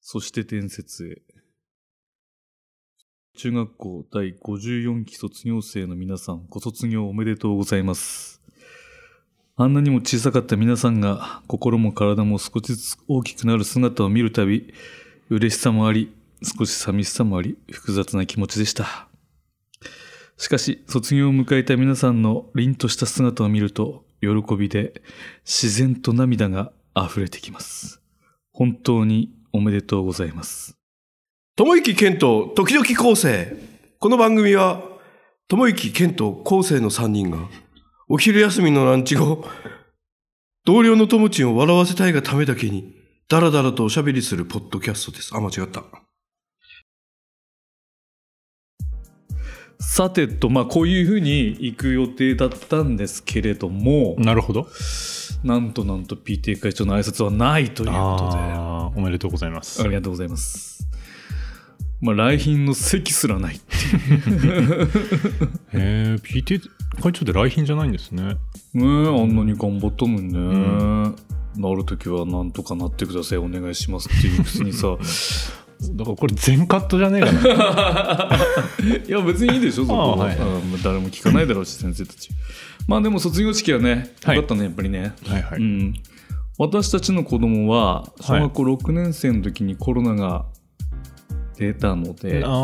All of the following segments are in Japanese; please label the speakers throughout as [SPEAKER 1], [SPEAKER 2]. [SPEAKER 1] そして伝説へ。中学校第54期卒業生の皆さん、ご卒業おめでとうございます。あんなにも小さかった皆さんが、心も体も少しずつ大きくなる姿を見るたび、嬉しさもあり、少し寂しさもあり、複雑な気持ちでした。しかし、卒業を迎えた皆さんの凛とした姿を見ると、喜びで、自然と涙が溢れてきます。本当におめでとうございます。
[SPEAKER 2] ともゆきけんと時々構成。この番組は、ともゆきけんと構成の3人が、お昼休みのランチ後、同僚の友人を笑わせたいがためだけに、だらだらとおしゃべりするポッドキャストです。あ、間違った。
[SPEAKER 1] さてと、まあ、こういうふうに行く予定だったんですけれども、
[SPEAKER 3] なるほど。
[SPEAKER 1] なんとなんと PTA 会長の挨拶はないということで、あ
[SPEAKER 3] あーおめでとうございます。
[SPEAKER 1] りがとうございます。まあ、来賓の席すらない。
[SPEAKER 3] えー、PT 会長って来賓じゃないんですね。
[SPEAKER 1] ねえ、あんなに頑張ったのにね。なるときはなんとかなってください、お願いしますっていうくせにさ、
[SPEAKER 3] だからこれ全カットじゃねえかな。
[SPEAKER 1] いや、別にいいでしょ、そこは。
[SPEAKER 3] あー
[SPEAKER 1] うんまあ誰も聞かないだろうし、先生たち。まあ、でも卒業式はね、
[SPEAKER 3] はい
[SPEAKER 1] よかったね、やっぱりね。
[SPEAKER 3] はいは
[SPEAKER 1] う
[SPEAKER 3] い。
[SPEAKER 1] ん、私たちの子供は小学校6年生の時にコロナが出たので、
[SPEAKER 3] あ
[SPEAKER 1] は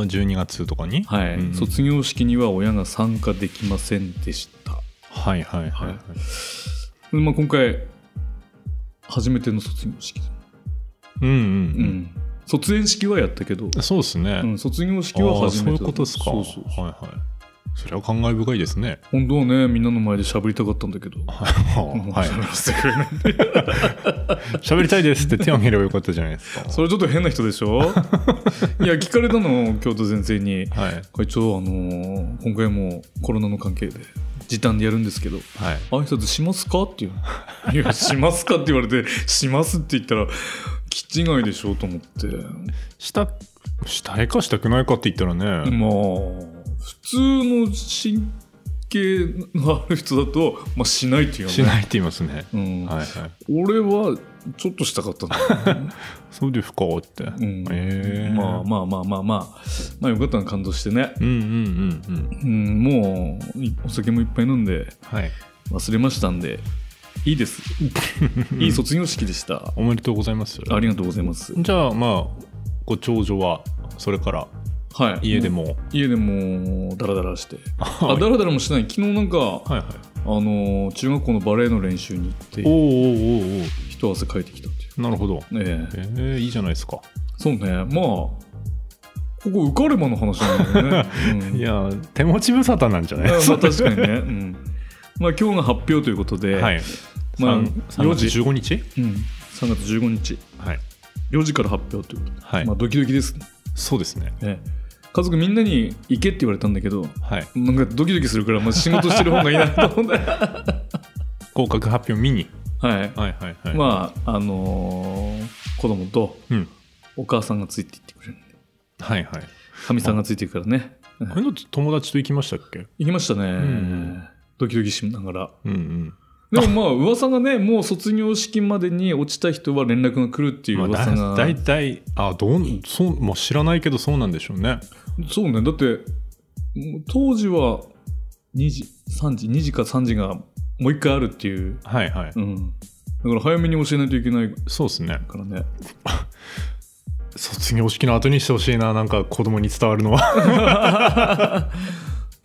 [SPEAKER 3] あ、12月とかに。
[SPEAKER 1] い
[SPEAKER 3] うん
[SPEAKER 1] 卒業式には親が参加できませんでした、
[SPEAKER 3] はいはいはい。
[SPEAKER 1] は
[SPEAKER 3] はいい、
[SPEAKER 1] まあ、今回初めての卒業式、
[SPEAKER 3] うんう
[SPEAKER 1] うんん、卒園式はやったけど、
[SPEAKER 3] うん。そうですね。
[SPEAKER 1] うん、卒業式
[SPEAKER 3] あ
[SPEAKER 1] は
[SPEAKER 3] あ
[SPEAKER 1] 初
[SPEAKER 3] そ
[SPEAKER 1] め
[SPEAKER 3] う
[SPEAKER 1] て
[SPEAKER 3] い
[SPEAKER 1] だ
[SPEAKER 3] うことですか。
[SPEAKER 1] そうそう
[SPEAKER 3] はいはい。それは感慨深いです ね。
[SPEAKER 1] 本当はねみんなの前で喋りたかったんだけど、
[SPEAKER 3] はい。
[SPEAKER 1] 喋らせてくれない
[SPEAKER 3] 喋りたいですって手を挙げればよかったじゃないです か。
[SPEAKER 1] それちょっと変な人でし ょいや聞かれたの京都先生に
[SPEAKER 3] はい。はい。
[SPEAKER 1] 会長、あのー今回もコロナの関係で時短でやるんですけど挨拶しますかって いう「いやしますか?」って言われて「します」って言ったら気違いでしょうと思って
[SPEAKER 3] した、したいかしたくないかって言ったらね。
[SPEAKER 1] まあ普通の神経のある人だと、まあ、しないっていうよね
[SPEAKER 3] しないって言いますね。
[SPEAKER 1] うん
[SPEAKER 3] はいはい。
[SPEAKER 1] 俺はちょっとしたかったん だよね、
[SPEAKER 3] そうですかって。
[SPEAKER 1] うん
[SPEAKER 3] ええ
[SPEAKER 1] まあまあまあまあまあまあよかったな感動してね、
[SPEAKER 3] うんうんうんうん。
[SPEAKER 1] うん、もういお酒もいっぱい飲んで
[SPEAKER 3] はい。
[SPEAKER 1] 忘れましたんでいいです いい卒業式でした
[SPEAKER 3] おめでとうございます。
[SPEAKER 1] ありがとうございます
[SPEAKER 3] じゃあまあ、ご長女は、それから
[SPEAKER 1] はい
[SPEAKER 3] 家で
[SPEAKER 1] も
[SPEAKER 3] も。
[SPEAKER 1] 家でもダラダラしてあ
[SPEAKER 3] は
[SPEAKER 1] ダラダラもしない昨日なんか、
[SPEAKER 3] いはい。
[SPEAKER 1] あのー中学校のバレエの練習に行
[SPEAKER 3] お
[SPEAKER 1] って
[SPEAKER 3] おおおお
[SPEAKER 1] 一汗かいてきたってい
[SPEAKER 3] お。なるほど。
[SPEAKER 1] うねえ
[SPEAKER 3] ええいいじゃないですか。
[SPEAKER 1] そうねまあここ受かればの話なんだ よね、うん
[SPEAKER 3] いや、手持ち無沙汰なんじゃない
[SPEAKER 1] ま
[SPEAKER 3] で
[SPEAKER 1] あ
[SPEAKER 3] すか。
[SPEAKER 1] 確かにね、うん、まあ今日が発表ということで、
[SPEAKER 3] はい。
[SPEAKER 1] まあ
[SPEAKER 3] 三
[SPEAKER 1] 4
[SPEAKER 3] 3
[SPEAKER 1] 時
[SPEAKER 3] 月15日
[SPEAKER 1] うん、3月15日
[SPEAKER 3] はい。
[SPEAKER 1] 4時から発表ということで、
[SPEAKER 3] はい
[SPEAKER 1] まあ。ドキドキですね
[SPEAKER 3] そうですね。
[SPEAKER 1] ね家族みんなに行けって言われたんだけど
[SPEAKER 3] はい。
[SPEAKER 1] なんかドキドキするから、まあ、仕事してる方がいいなと思うん だよ
[SPEAKER 3] 合格発表見に。
[SPEAKER 1] はい
[SPEAKER 3] はいはいはい。あ、
[SPEAKER 1] まああのー子供と
[SPEAKER 3] うん。
[SPEAKER 1] お母さんがついて行ってくれるんで
[SPEAKER 3] はいはい。
[SPEAKER 1] かみさんがついていくからね
[SPEAKER 3] これの友達と行きましたっけ
[SPEAKER 1] 行きましたね、
[SPEAKER 3] ん
[SPEAKER 1] ドキドキしながら
[SPEAKER 3] うんうん。
[SPEAKER 1] でもま あ噂がねもう卒業式までに落ちた人は連絡が来るっていう
[SPEAKER 3] ま
[SPEAKER 1] 噂が、
[SPEAKER 3] あ、だいたい、あ、どう、そう、まあ、知らないけどそうなんでしょうね。
[SPEAKER 1] そうねだってもう当時は2時3時2時か3時がもう一回あるっていう、
[SPEAKER 3] はいはい。
[SPEAKER 1] うん、だから早めに教えないといけない
[SPEAKER 3] そうですね。
[SPEAKER 1] からね
[SPEAKER 3] 卒業式の後にしてほしいな、なんか子供に伝わるのは。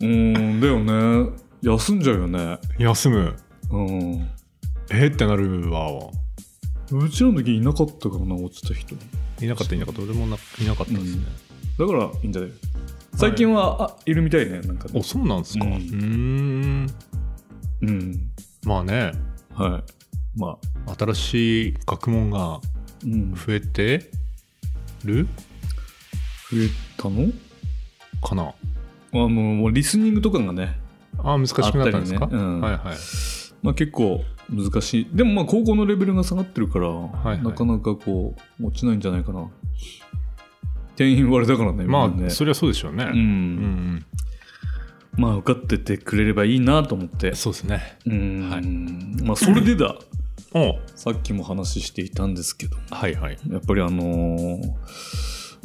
[SPEAKER 1] うーんだよね休んじゃうよね
[SPEAKER 3] 休む。
[SPEAKER 1] うん
[SPEAKER 3] えーってなるわ。
[SPEAKER 1] うちらの時いなかったからな落ちた人
[SPEAKER 3] いなかった、いなかった。俺もないなかったですね。
[SPEAKER 1] だからいいんじゃない最近は、あいるみたいねなんかね
[SPEAKER 3] お、そうなんですか。
[SPEAKER 1] う
[SPEAKER 3] うんん、ん。
[SPEAKER 1] うん
[SPEAKER 3] まあね、
[SPEAKER 1] はいまあ
[SPEAKER 3] 新しい学問が
[SPEAKER 1] うん増
[SPEAKER 3] 増えてる
[SPEAKER 1] えたの
[SPEAKER 3] かな。
[SPEAKER 1] あのもうリスニングとかがね、
[SPEAKER 3] あー、難しくなったんです
[SPEAKER 1] あ
[SPEAKER 3] か、
[SPEAKER 1] ったりねうん
[SPEAKER 3] はいはい。
[SPEAKER 1] まあ、結構難しいでもまあ高校のレベルが下がってるから、
[SPEAKER 3] いはい
[SPEAKER 1] なかなかこう落ちないんじゃないかな店員割れだからね
[SPEAKER 3] ま
[SPEAKER 1] みんな
[SPEAKER 3] あ、
[SPEAKER 1] ね
[SPEAKER 3] そりゃそうでしょうね。
[SPEAKER 1] う
[SPEAKER 3] うん
[SPEAKER 1] ん、
[SPEAKER 3] うん、
[SPEAKER 1] まあ受かっててくれればいいなと思って
[SPEAKER 3] そうですね。
[SPEAKER 1] うん、
[SPEAKER 3] はい
[SPEAKER 1] まあそれでだ
[SPEAKER 3] おう
[SPEAKER 1] さっきも話していたんですけど
[SPEAKER 3] はいはい。
[SPEAKER 1] やっぱりあのー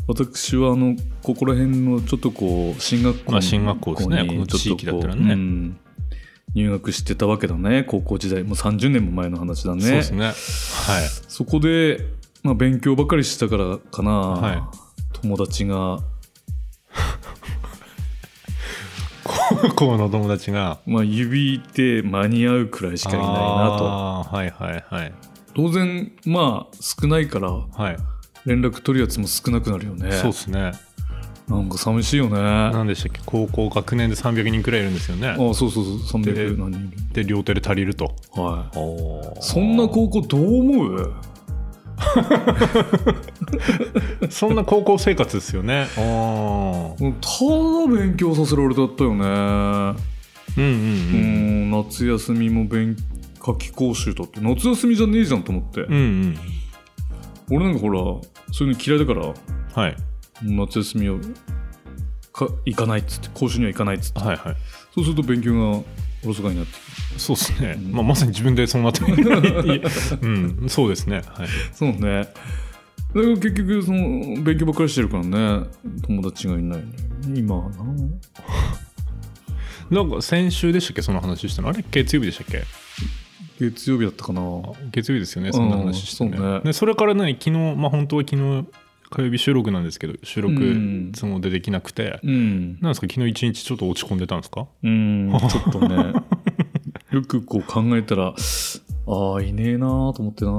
[SPEAKER 1] 私はあのここら辺のちょっとこう進学校
[SPEAKER 3] まあ進学校ですね
[SPEAKER 1] に
[SPEAKER 3] この地域
[SPEAKER 1] ちょとこう
[SPEAKER 3] だったらね
[SPEAKER 1] うん入学してたわけだね高校時代もう30年も前の話だね
[SPEAKER 3] そうですね。はい。
[SPEAKER 1] そこで、まあ、勉強ばかりしてたからかな、
[SPEAKER 3] はい
[SPEAKER 1] 友達が、
[SPEAKER 3] 高校の友達が。
[SPEAKER 1] まあ、指で間に合うくらいしかいないなと
[SPEAKER 3] あーはいはいはい。
[SPEAKER 1] 当然まあ少ないから
[SPEAKER 3] はい。
[SPEAKER 1] 連絡取るやつも少なくなるよね
[SPEAKER 3] そうですね。
[SPEAKER 1] なんか寂しいよねあ
[SPEAKER 3] 何でしたっけ高校学年で300人くらいいるんですよね。
[SPEAKER 1] そうそうそう300何人いる
[SPEAKER 3] で、両手で足りると。
[SPEAKER 1] はい
[SPEAKER 3] おー
[SPEAKER 1] そんな高校どう思う
[SPEAKER 3] そんな高校生活ですよね。 おー
[SPEAKER 1] もうただ勉強させられたったよね
[SPEAKER 3] うんう
[SPEAKER 1] う
[SPEAKER 3] んうん。
[SPEAKER 1] ん夏休みも勉夏期講習だって夏休みじゃねえじゃんと思って、
[SPEAKER 3] うんうん。
[SPEAKER 1] 俺なんかほらそういうの嫌いだから
[SPEAKER 3] はい。
[SPEAKER 1] 夏休みをか行かないっつって講習には行かないっつって
[SPEAKER 3] はいはい。
[SPEAKER 1] そうすると勉強がおろそかになってくる
[SPEAKER 3] そうですね。
[SPEAKER 1] うん
[SPEAKER 3] まあ、まさに自分でそうなって うん、そうですね。はい。
[SPEAKER 1] そうねだから結局その勉強ばっかりしてるからね友達がいないんだよね今はな
[SPEAKER 3] なんか先週でしたっけその話したの。あれ月曜日でしたっけ
[SPEAKER 1] 月曜日だったかなは
[SPEAKER 3] 月曜日ですよね。そんな話してね。
[SPEAKER 1] うんそうね
[SPEAKER 3] でそれからね、昨日、まあ本当は昨日、火曜日収録なんですけど、収録
[SPEAKER 1] うん
[SPEAKER 3] いつもでできなくて、
[SPEAKER 1] うん
[SPEAKER 3] なんですか昨日一日ちょっと落ち込んでたんですか
[SPEAKER 1] うんちょっとねよくこう考えたらああいねえなーと思ってな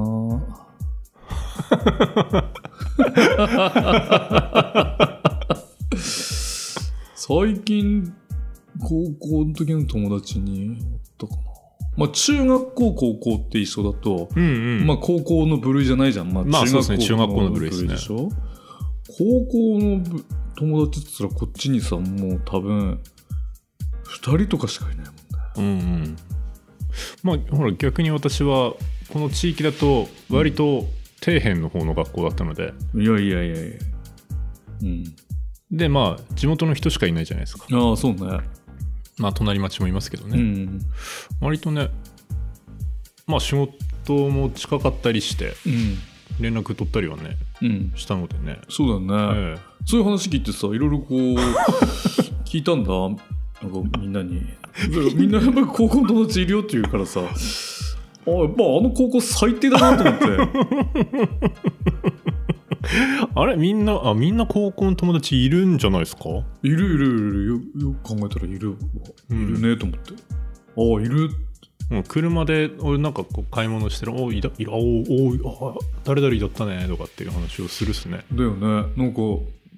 [SPEAKER 1] 最近高校の時の友達に会ったかなまあ中学校高校って一緒だと、
[SPEAKER 3] うんうん。
[SPEAKER 1] まあ高校の部類じゃないじゃんまあ
[SPEAKER 3] まあ
[SPEAKER 1] 中学
[SPEAKER 3] そうですね中学校の部類ですね
[SPEAKER 1] でしょ高校の部友達っつったらこっちにさもう多分2人とかしかいないもんね
[SPEAKER 3] うんうん。まあほら逆に私は、この地域だと、割と底辺の方の学校だったので、
[SPEAKER 1] いやいやいやいやうん
[SPEAKER 3] でまあ地元の人しかいないじゃないですか。
[SPEAKER 1] ああそうね
[SPEAKER 3] まあ隣町もいますけど
[SPEAKER 1] う
[SPEAKER 3] ね。
[SPEAKER 1] ん
[SPEAKER 3] 割とねまあ仕事も近かったりして
[SPEAKER 1] うん
[SPEAKER 3] 連絡取ったりはね
[SPEAKER 1] うん
[SPEAKER 3] したのでね、
[SPEAKER 1] そうだよね、
[SPEAKER 3] え
[SPEAKER 1] そういう話聞いてさいろいろこう聞いたんだなんかみんなにみんなやっぱり高校の友達いるよって言うからさあやっぱあの高校最低だなと思って
[SPEAKER 3] えあれみんなあみんな高校の友達いるんじゃないですか
[SPEAKER 1] いるいるいるいるよよく考えたらいるわい
[SPEAKER 3] うん
[SPEAKER 1] るねと思って、ああいる
[SPEAKER 3] うん車で俺なんかこう買い物してる「おいだいるあおおおあ誰々だったね」とかっていう話をするっすね
[SPEAKER 1] だよねなんか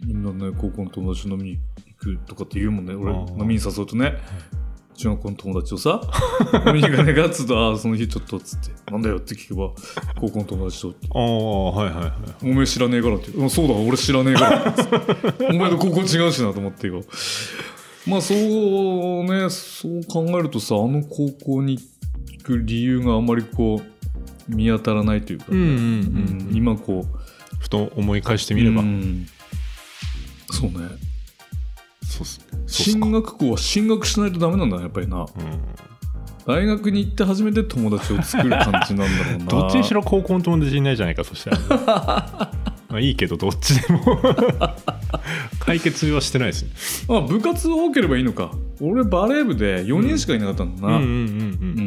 [SPEAKER 1] みんなね高校の友達と飲みに行くとかって言うもんね俺
[SPEAKER 3] あー
[SPEAKER 1] 飲みに誘うとね中学校の友達をさ 飲みに行かねえかっつうとああその日ちょっとっつってなんだよって聞けば高校の友達とって
[SPEAKER 3] ああはいはいはい
[SPEAKER 1] おめえ知らねえからって言ううんそうだ俺知らねえからっつ ってお前と高校違うしなと思ってよまあそうねそう考えるとさあの高校に行く理由があまりこう見当たらないというか、
[SPEAKER 3] うんうん
[SPEAKER 1] うん
[SPEAKER 3] うん
[SPEAKER 1] 今こう
[SPEAKER 3] ふと思い返してみれば、
[SPEAKER 1] うんそうね
[SPEAKER 3] そうっすそうっす
[SPEAKER 1] 進
[SPEAKER 3] か
[SPEAKER 1] 学校は進学しないとダメなんだねやっぱりな
[SPEAKER 3] うん
[SPEAKER 1] 大学に行って初めて友達を作る感じなんだろうな
[SPEAKER 3] どっちにしろ高校の友達いないじゃないかそしたら まあいいけどどっちで も解決はしてないですね
[SPEAKER 1] あ部活多ければいいのか俺バレー部で4人しかいなかったんだ
[SPEAKER 3] うん
[SPEAKER 1] な、
[SPEAKER 3] う
[SPEAKER 1] う
[SPEAKER 3] んうん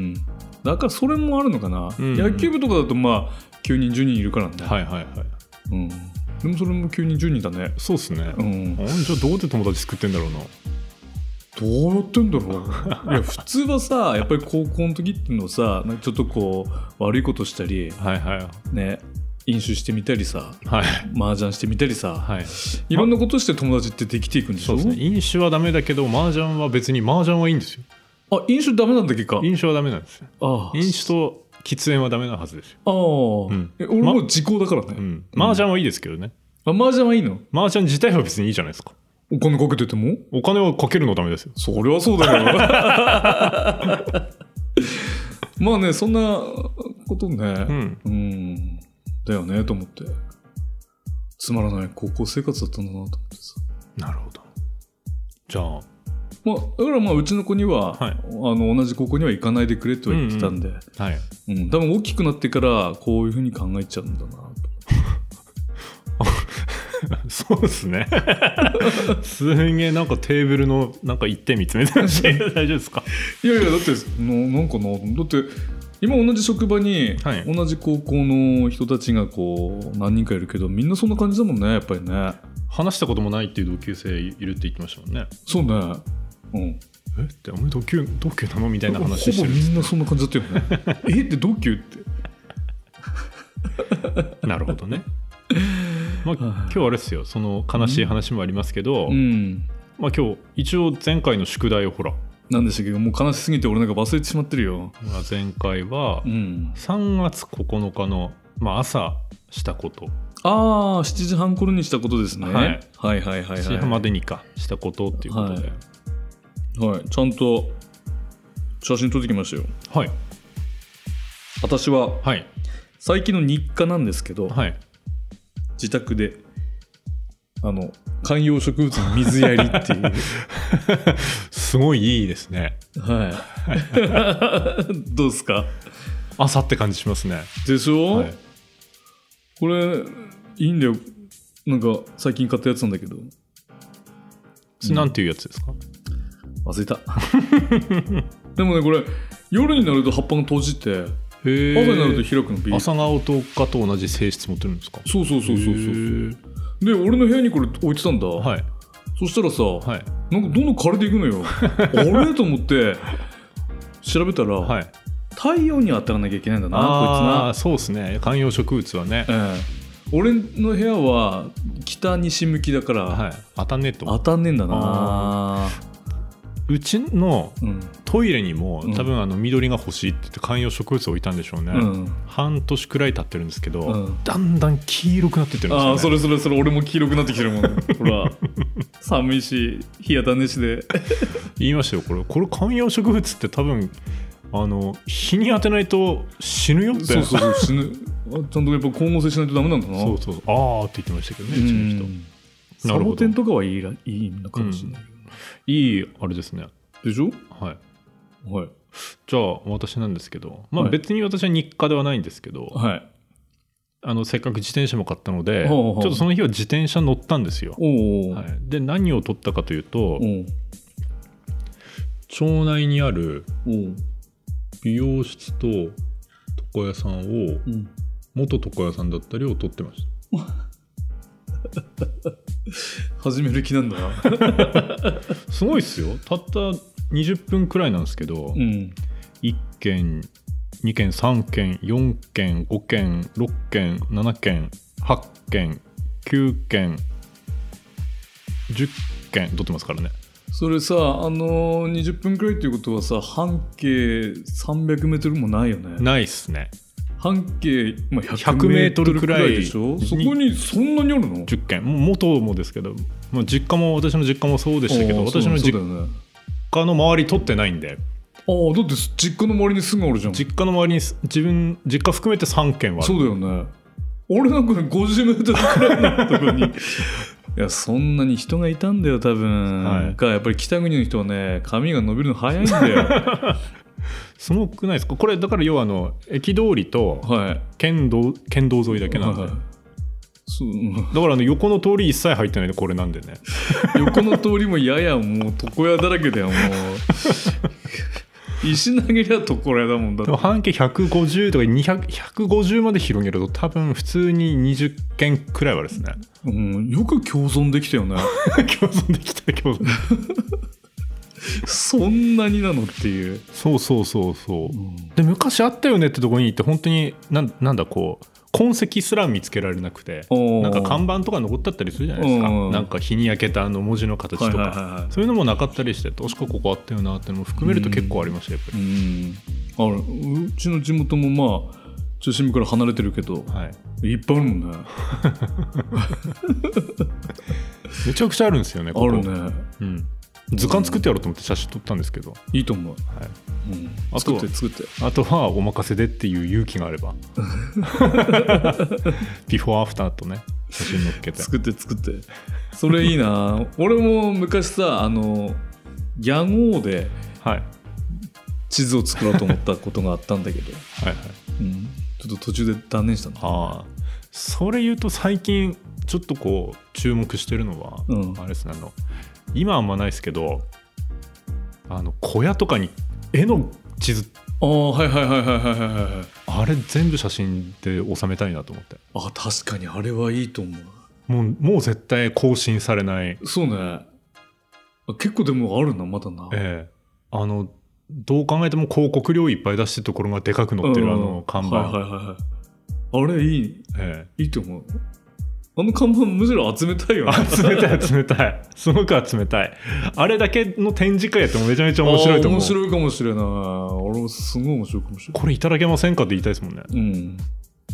[SPEAKER 1] んだからそれもあるのかな、
[SPEAKER 3] うんうん
[SPEAKER 1] 野球部とかだとまあ9人10人いるからね、
[SPEAKER 3] うんはいはいはい
[SPEAKER 1] うん、でもそれも9人10人だね
[SPEAKER 3] そうですね、
[SPEAKER 1] うん
[SPEAKER 3] あじゃあどうやって友達作ってんだろうな
[SPEAKER 1] どうやってんだろういや普通はさやっぱり高校の時っていうのはさなんかちょっとこう悪いことしたり
[SPEAKER 3] はいはい
[SPEAKER 1] ね飲酒してみたりさ
[SPEAKER 3] はい
[SPEAKER 1] 麻雀してみたりさ、
[SPEAKER 3] はい
[SPEAKER 1] いろんなことして友達ってできていくんでし
[SPEAKER 3] そ
[SPEAKER 1] ょ
[SPEAKER 3] うですね飲酒はダメだけど麻雀は別に麻雀はいいんですよ
[SPEAKER 1] あ、飲酒ダメなんだっけか。
[SPEAKER 3] 飲酒はダメなんですよ
[SPEAKER 1] ああ。
[SPEAKER 3] 飲酒と喫煙はダメなはずですよ、
[SPEAKER 1] ああ、
[SPEAKER 3] ん
[SPEAKER 1] え俺もう時効だから
[SPEAKER 3] う
[SPEAKER 1] ね。
[SPEAKER 3] ん、麻雀はいいですけどね
[SPEAKER 1] あ、麻雀はいいの
[SPEAKER 3] 麻雀自体は別にいいじゃないですか
[SPEAKER 1] お金かけてても
[SPEAKER 3] お金はかけるのダメですよ
[SPEAKER 1] そりゃそうだよ。まあね、そんなこと
[SPEAKER 3] う
[SPEAKER 1] ね。
[SPEAKER 3] ん
[SPEAKER 1] うん。だよね、と思って。つまらない高校生活だったんだなと思ってさ。
[SPEAKER 3] なるほどじゃあ
[SPEAKER 1] まあ、だからまあうちの子には、
[SPEAKER 3] はい
[SPEAKER 1] あの同じ高校には行かないでくれとは言ってたんで、
[SPEAKER 3] はい
[SPEAKER 1] うん多分大きくなってからこういうふうに考えちゃうんだなと
[SPEAKER 3] そうですねすんげえなんかテーブルのなんか一点見つめてました大丈夫ですか
[SPEAKER 1] いやいやだってななんかなだって今同じ職場に、
[SPEAKER 3] はい
[SPEAKER 1] 同じ高校の人たちがこう何人かいるけどみんなそんな感じだもんねやっぱりね
[SPEAKER 3] 話したこともないっていう同級生いるって言ってましたもんね
[SPEAKER 1] そうねうん
[SPEAKER 3] えってお前同級同級なのみたいな話し
[SPEAKER 1] ほ
[SPEAKER 3] て
[SPEAKER 1] ぼ
[SPEAKER 3] る
[SPEAKER 1] みんなそんな感じだったよね えって同級って
[SPEAKER 3] なる ほどねまあ
[SPEAKER 1] は
[SPEAKER 3] 今
[SPEAKER 1] い
[SPEAKER 3] 日あれですよその悲しい話もありますけど、
[SPEAKER 1] うん
[SPEAKER 3] まあ今日一応前回の宿題をほら
[SPEAKER 1] なんでしたっけどもう悲しすぎて俺なんか忘れてしまってるよ
[SPEAKER 3] まあ前回は
[SPEAKER 1] うん
[SPEAKER 3] 3月9日の、まあ、朝したこと、
[SPEAKER 1] ああ7時半頃にしたことですね、
[SPEAKER 3] はい
[SPEAKER 1] はいはいはいはい
[SPEAKER 3] 7時半までにかしたことっていうことで、
[SPEAKER 1] はいちゃんと写真撮ってきましたよ
[SPEAKER 3] はい、
[SPEAKER 1] 私は
[SPEAKER 3] はい、
[SPEAKER 1] 最近の日課なんですけど、
[SPEAKER 3] はい。
[SPEAKER 1] 自宅であの観葉植物の水やりって いう
[SPEAKER 3] すごいいいですね。
[SPEAKER 1] はい どうですか
[SPEAKER 3] 朝って感じしますね。
[SPEAKER 1] でしょ、
[SPEAKER 3] はい、
[SPEAKER 1] これいいんだよなんか最近買ったやつなんだけどうん
[SPEAKER 3] なんていうやつですか
[SPEAKER 1] 忘れ たでもねこれ夜になると葉っぱが閉じて
[SPEAKER 3] へ
[SPEAKER 1] 朝にな
[SPEAKER 3] ー
[SPEAKER 1] ると開くのビー
[SPEAKER 3] 朝顔とかと同じ性質持ってるんですか
[SPEAKER 1] そうそうそうそうそう
[SPEAKER 3] へー
[SPEAKER 1] で俺の部屋にこれ置いてたんだ、
[SPEAKER 3] はい、
[SPEAKER 1] そしたらさ、
[SPEAKER 3] はい、
[SPEAKER 1] なんかどんどん枯れていく のよあれと思って調べたら、
[SPEAKER 3] はい。
[SPEAKER 1] 太陽に当たらなきゃいけないんだな
[SPEAKER 3] あ
[SPEAKER 1] こ
[SPEAKER 3] あー、そうですね。観葉植物はね
[SPEAKER 1] いつ。な、ええ俺の部屋は北西向きだから、
[SPEAKER 3] はい、当たんねえと思
[SPEAKER 1] 当
[SPEAKER 3] う。
[SPEAKER 1] たんねえんだな
[SPEAKER 3] うちの
[SPEAKER 1] うん、
[SPEAKER 3] トイレにも
[SPEAKER 1] うん
[SPEAKER 3] 多分あの緑が欲しいって言って観葉植物置いたんでしょうね、
[SPEAKER 1] うん
[SPEAKER 3] 半年くらい経ってるんですけど、
[SPEAKER 1] うん
[SPEAKER 3] だんだん黄色くなってってるんですよ、
[SPEAKER 1] あ
[SPEAKER 3] ね、
[SPEAKER 1] あそれそれそれ俺も黄色くなってきて るもんほら寒いし日当たんねえし で
[SPEAKER 3] 言いましたよこれこれ観葉植物って多分あの日に当てないと死ぬよって
[SPEAKER 1] そうそうそう死ぬあちゃんとやっぱ光合成しないとダメなんだな
[SPEAKER 3] そうそうそうああって言ってましたけどね
[SPEAKER 1] う
[SPEAKER 3] うち
[SPEAKER 1] ん
[SPEAKER 3] の人
[SPEAKER 1] サ
[SPEAKER 3] なるほど
[SPEAKER 1] ボテンとかはいいらいいのかもしれない、
[SPEAKER 3] いいあれですね
[SPEAKER 1] でしょ
[SPEAKER 3] はい
[SPEAKER 1] はい
[SPEAKER 3] じゃあ私なんですけど、まあ、
[SPEAKER 1] はい
[SPEAKER 3] 別に私は日課ではないんですけど、
[SPEAKER 1] はい
[SPEAKER 3] あのせっかく自転車も買ったので、
[SPEAKER 1] ほうほう
[SPEAKER 3] ちょっとその日は自転車乗ったんですよ、
[SPEAKER 1] おお、
[SPEAKER 3] はい、で何を取ったかというと、
[SPEAKER 1] おう
[SPEAKER 3] 町内にある
[SPEAKER 1] おう
[SPEAKER 3] 美容室と床屋さんを
[SPEAKER 1] うん
[SPEAKER 3] 元床屋さんだったりを取ってました
[SPEAKER 1] 始める気なんだ な
[SPEAKER 3] すごいっすよたった20分くらいなんですけど、
[SPEAKER 1] うん
[SPEAKER 3] 1件2件3件4件5件6件7件8件9件10件取ってますからね
[SPEAKER 1] それさあのー、20分くらいっていうことはさ半径 300m もないよね
[SPEAKER 3] ないっすね
[SPEAKER 1] 半径、まあ、
[SPEAKER 3] 100
[SPEAKER 1] 100m くらいでしょ
[SPEAKER 3] くらい
[SPEAKER 1] そこにそんなにあるの
[SPEAKER 3] 10件もう元もですけど、まあ、実家も私の実家もそうでしたけど
[SPEAKER 1] あーそう
[SPEAKER 3] 私の
[SPEAKER 1] そう
[SPEAKER 3] 実
[SPEAKER 1] だよね
[SPEAKER 3] 家の周り取ってないんで
[SPEAKER 1] ああだって実家の周りにすぐあるじゃん
[SPEAKER 3] 実家の周りにす自分実家含めて3件はある
[SPEAKER 1] そうだよね俺なんかね 50m くらいのとこ にいやそんなに人がいたんだよ多分、
[SPEAKER 3] はい
[SPEAKER 1] かやっぱり北国の人はね髪が伸びるの早いんだ よ
[SPEAKER 3] すごくないですかこれだから要はあの駅通りと
[SPEAKER 1] はい
[SPEAKER 3] 県道県道沿いだけなんで、
[SPEAKER 1] はいはいそううん
[SPEAKER 3] だからあの横の通り一切入ってないでこれなんでね
[SPEAKER 1] 横の通りもややもう床屋だらけ だよもう石投げりゃ床屋だもんだっ
[SPEAKER 3] で
[SPEAKER 1] て
[SPEAKER 3] も半径150とか200150まで広げると多分普通に20件くらいはですね
[SPEAKER 1] うん、よく共存できたよね
[SPEAKER 3] 共存できた共存
[SPEAKER 1] そんなになのっていう、
[SPEAKER 3] そうそうそうそううんで昔あったよねってとこに行って本当になんなんだこう痕跡すら見つけられなくて
[SPEAKER 1] おー
[SPEAKER 3] なんか看板とか残ってたりするじゃないですか
[SPEAKER 1] うん
[SPEAKER 3] なんか日に焼けたあの文字の形とか、
[SPEAKER 1] はいはいはいはい
[SPEAKER 3] そういうのもなかったりして確かここあったよなってのも含めると結構ありましたやっぱ
[SPEAKER 1] う
[SPEAKER 3] り、
[SPEAKER 1] んあれうちの地元もまあ中心部から離れてるけど
[SPEAKER 3] はい、
[SPEAKER 1] いっぱいあるもんね
[SPEAKER 3] めちゃくちゃあるんですよね
[SPEAKER 1] あ
[SPEAKER 3] ここ
[SPEAKER 1] るね
[SPEAKER 3] うん、図鑑作ってやろうと思って写真撮ったんですけど、
[SPEAKER 1] いいと思う、
[SPEAKER 3] はい、
[SPEAKER 1] うん、
[SPEAKER 3] あと
[SPEAKER 1] 作っ
[SPEAKER 3] は
[SPEAKER 1] て作って
[SPEAKER 3] あとはお任せでっていう勇気が あれば ビフォーアフターとね写真載っけて
[SPEAKER 1] 作って作ってそれいいな俺も昔さあの屋号で
[SPEAKER 3] はい
[SPEAKER 1] 地図を作ろうと思ったことがあったんだけ ど、
[SPEAKER 3] はいは
[SPEAKER 1] う
[SPEAKER 3] い
[SPEAKER 1] ん、ちょっと途中で断念したの
[SPEAKER 3] ああそれ言うと最近ちょっとこう注目してるのは、
[SPEAKER 1] うん
[SPEAKER 3] あれですねあの今はあんまないですけどあの小屋とかに絵の地図
[SPEAKER 1] ああはいはいはいはいはいはいはい
[SPEAKER 3] あれ全部写真で収めたいなと思って
[SPEAKER 1] あ確かにあれはいいと思う
[SPEAKER 3] もうもう絶対更新されない、
[SPEAKER 1] そうねあ結構でもあるなまだな
[SPEAKER 3] ええあのどう考えても広告量いっぱい出してるところがでかく載ってるあ
[SPEAKER 1] う
[SPEAKER 3] の
[SPEAKER 1] ん
[SPEAKER 3] 看板、
[SPEAKER 1] はいはいはいはいあれいい
[SPEAKER 3] え
[SPEAKER 1] いいと思うあの看板むしろ集めたいよね
[SPEAKER 3] え集めたい集めたいすごく集めたいあれだけの展示会やってもめちゃめちゃ面白いと思う
[SPEAKER 1] あー面白いかもしれない俺もすごい面白いかもしれない
[SPEAKER 3] これいただけませんかって言いたいですもんね
[SPEAKER 1] うん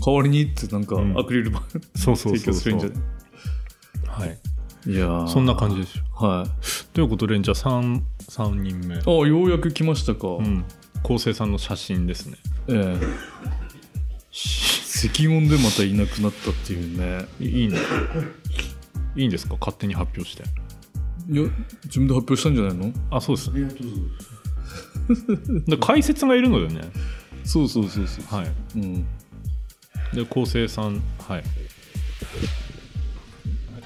[SPEAKER 1] 代わりにってなんか
[SPEAKER 3] うん
[SPEAKER 1] アクリル板、
[SPEAKER 3] そうそう
[SPEAKER 1] 提供
[SPEAKER 3] そう
[SPEAKER 1] す
[SPEAKER 3] そ
[SPEAKER 1] る
[SPEAKER 3] うん
[SPEAKER 1] じゃない
[SPEAKER 3] はい、
[SPEAKER 1] いやー
[SPEAKER 3] そんな感じでしょ
[SPEAKER 1] はい
[SPEAKER 3] ということでじゃあ 3, 三人目
[SPEAKER 1] ああようやく来ましたか、
[SPEAKER 3] うん昴生さんの写真ですね
[SPEAKER 1] ええ石音でまたいなくなったっていうね
[SPEAKER 3] いいい ねいいんですか勝手に発表して
[SPEAKER 1] いや自分で発表したんじゃないの
[SPEAKER 3] あそう ですね
[SPEAKER 2] りがとうございます。
[SPEAKER 3] で解説がいるのでね
[SPEAKER 1] そうそうそうそう、、
[SPEAKER 3] はい
[SPEAKER 1] うん
[SPEAKER 3] で昴生さんはい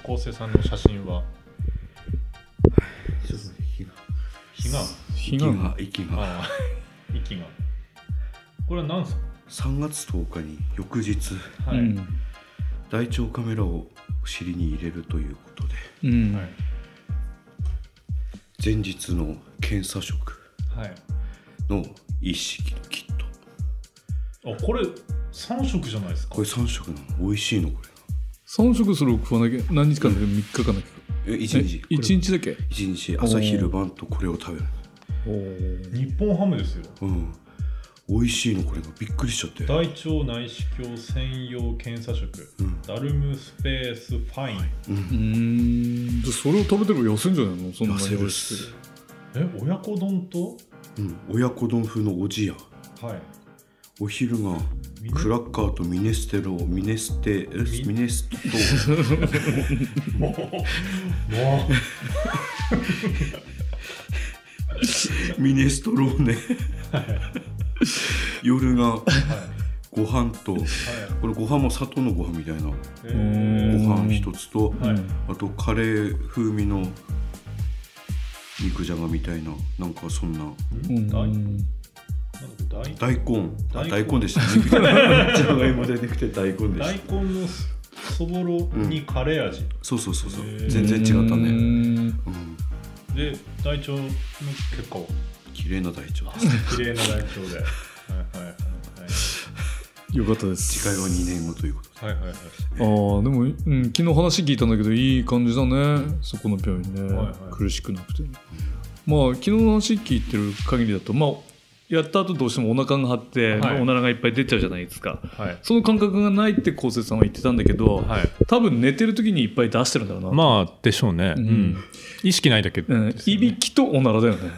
[SPEAKER 3] 昴生さんの写真は
[SPEAKER 2] ちょっと息が
[SPEAKER 3] 日が
[SPEAKER 1] 悲
[SPEAKER 2] 息
[SPEAKER 1] 願
[SPEAKER 2] が息が
[SPEAKER 3] ああ 息がこれは何ですか、
[SPEAKER 2] 3月10日に翌日
[SPEAKER 3] はい
[SPEAKER 1] うん
[SPEAKER 2] 大腸カメラをお尻に入れるということで
[SPEAKER 1] うん
[SPEAKER 3] はい
[SPEAKER 2] 前日の検査食
[SPEAKER 3] はい
[SPEAKER 2] の一式のキット
[SPEAKER 3] あこれ3色じゃないですか
[SPEAKER 2] これ3食なの美味しいのこ
[SPEAKER 1] 3食それを食わなきゃ何日間だけ3日間だ
[SPEAKER 2] れえ1
[SPEAKER 1] け
[SPEAKER 2] 日
[SPEAKER 1] 1日だけ
[SPEAKER 2] 一日朝昼晩とこれを食べる
[SPEAKER 1] おー
[SPEAKER 3] 日本ハムですよ
[SPEAKER 2] うん美味しいのこれがびっくりしちゃって
[SPEAKER 3] 大腸内視鏡専用検査食、
[SPEAKER 2] うん
[SPEAKER 3] ダルムスペースファイン
[SPEAKER 1] うーんじゃあそれを食べてれば痩せんじゃないのそんな
[SPEAKER 2] 痩
[SPEAKER 1] に
[SPEAKER 2] せるっ
[SPEAKER 1] 美味し
[SPEAKER 2] す
[SPEAKER 1] く、
[SPEAKER 3] え親子丼と
[SPEAKER 2] うん、親子丼風のおじや
[SPEAKER 3] はい
[SPEAKER 2] お昼が
[SPEAKER 3] ミネ
[SPEAKER 2] クラッカーとミネステロミネステえ
[SPEAKER 3] ミ
[SPEAKER 2] ミネスト
[SPEAKER 3] もうも
[SPEAKER 2] ミネストローネ夜が
[SPEAKER 3] うはいはい
[SPEAKER 2] ご飯とこれご飯も砂糖のご飯みたいな
[SPEAKER 3] え
[SPEAKER 1] う
[SPEAKER 3] ー
[SPEAKER 1] ん
[SPEAKER 2] ご飯一つと
[SPEAKER 3] はい
[SPEAKER 2] あとカレー風味の肉じゃがみたいななんかそんな
[SPEAKER 1] うん
[SPEAKER 3] 大なんだっけ
[SPEAKER 2] 大根あ
[SPEAKER 3] 大根
[SPEAKER 2] 大根でした肉じゃがいもじゃなくて大根で
[SPEAKER 3] 大
[SPEAKER 2] し
[SPEAKER 3] 大
[SPEAKER 2] た
[SPEAKER 3] 根のそそぼろにカレー味、
[SPEAKER 2] そうそうそうそう
[SPEAKER 3] へー
[SPEAKER 2] 全然違った
[SPEAKER 1] う
[SPEAKER 2] ね
[SPEAKER 1] ーん
[SPEAKER 2] うん
[SPEAKER 3] で大腸の結果を
[SPEAKER 2] 綺麗な大腸です
[SPEAKER 3] 綺麗な大腸ではいはい
[SPEAKER 1] よかったです
[SPEAKER 2] 次回は2年後ということで
[SPEAKER 3] はいはいはいはい
[SPEAKER 1] あーでも、うん、昨日話聞いたんだけどいい感じだねそこの病院ね、
[SPEAKER 3] はいはい
[SPEAKER 1] 苦しくなくてまあ昨日の話聞いてる限りだとまあやった後どうしてもお腹が張って、
[SPEAKER 3] はい
[SPEAKER 1] おならがいっぱい出ちゃうじゃないですか
[SPEAKER 3] はいはい
[SPEAKER 1] その感覚がないって昴生さんは言ってたんだけど、
[SPEAKER 3] はい
[SPEAKER 1] 多分寝てる時にいっぱい出してるんだろうな、
[SPEAKER 3] まあでしょうね、
[SPEAKER 1] うん
[SPEAKER 3] うん意識ないだけです
[SPEAKER 1] う
[SPEAKER 3] よ
[SPEAKER 1] ん
[SPEAKER 3] ね
[SPEAKER 1] いびきとおならだよね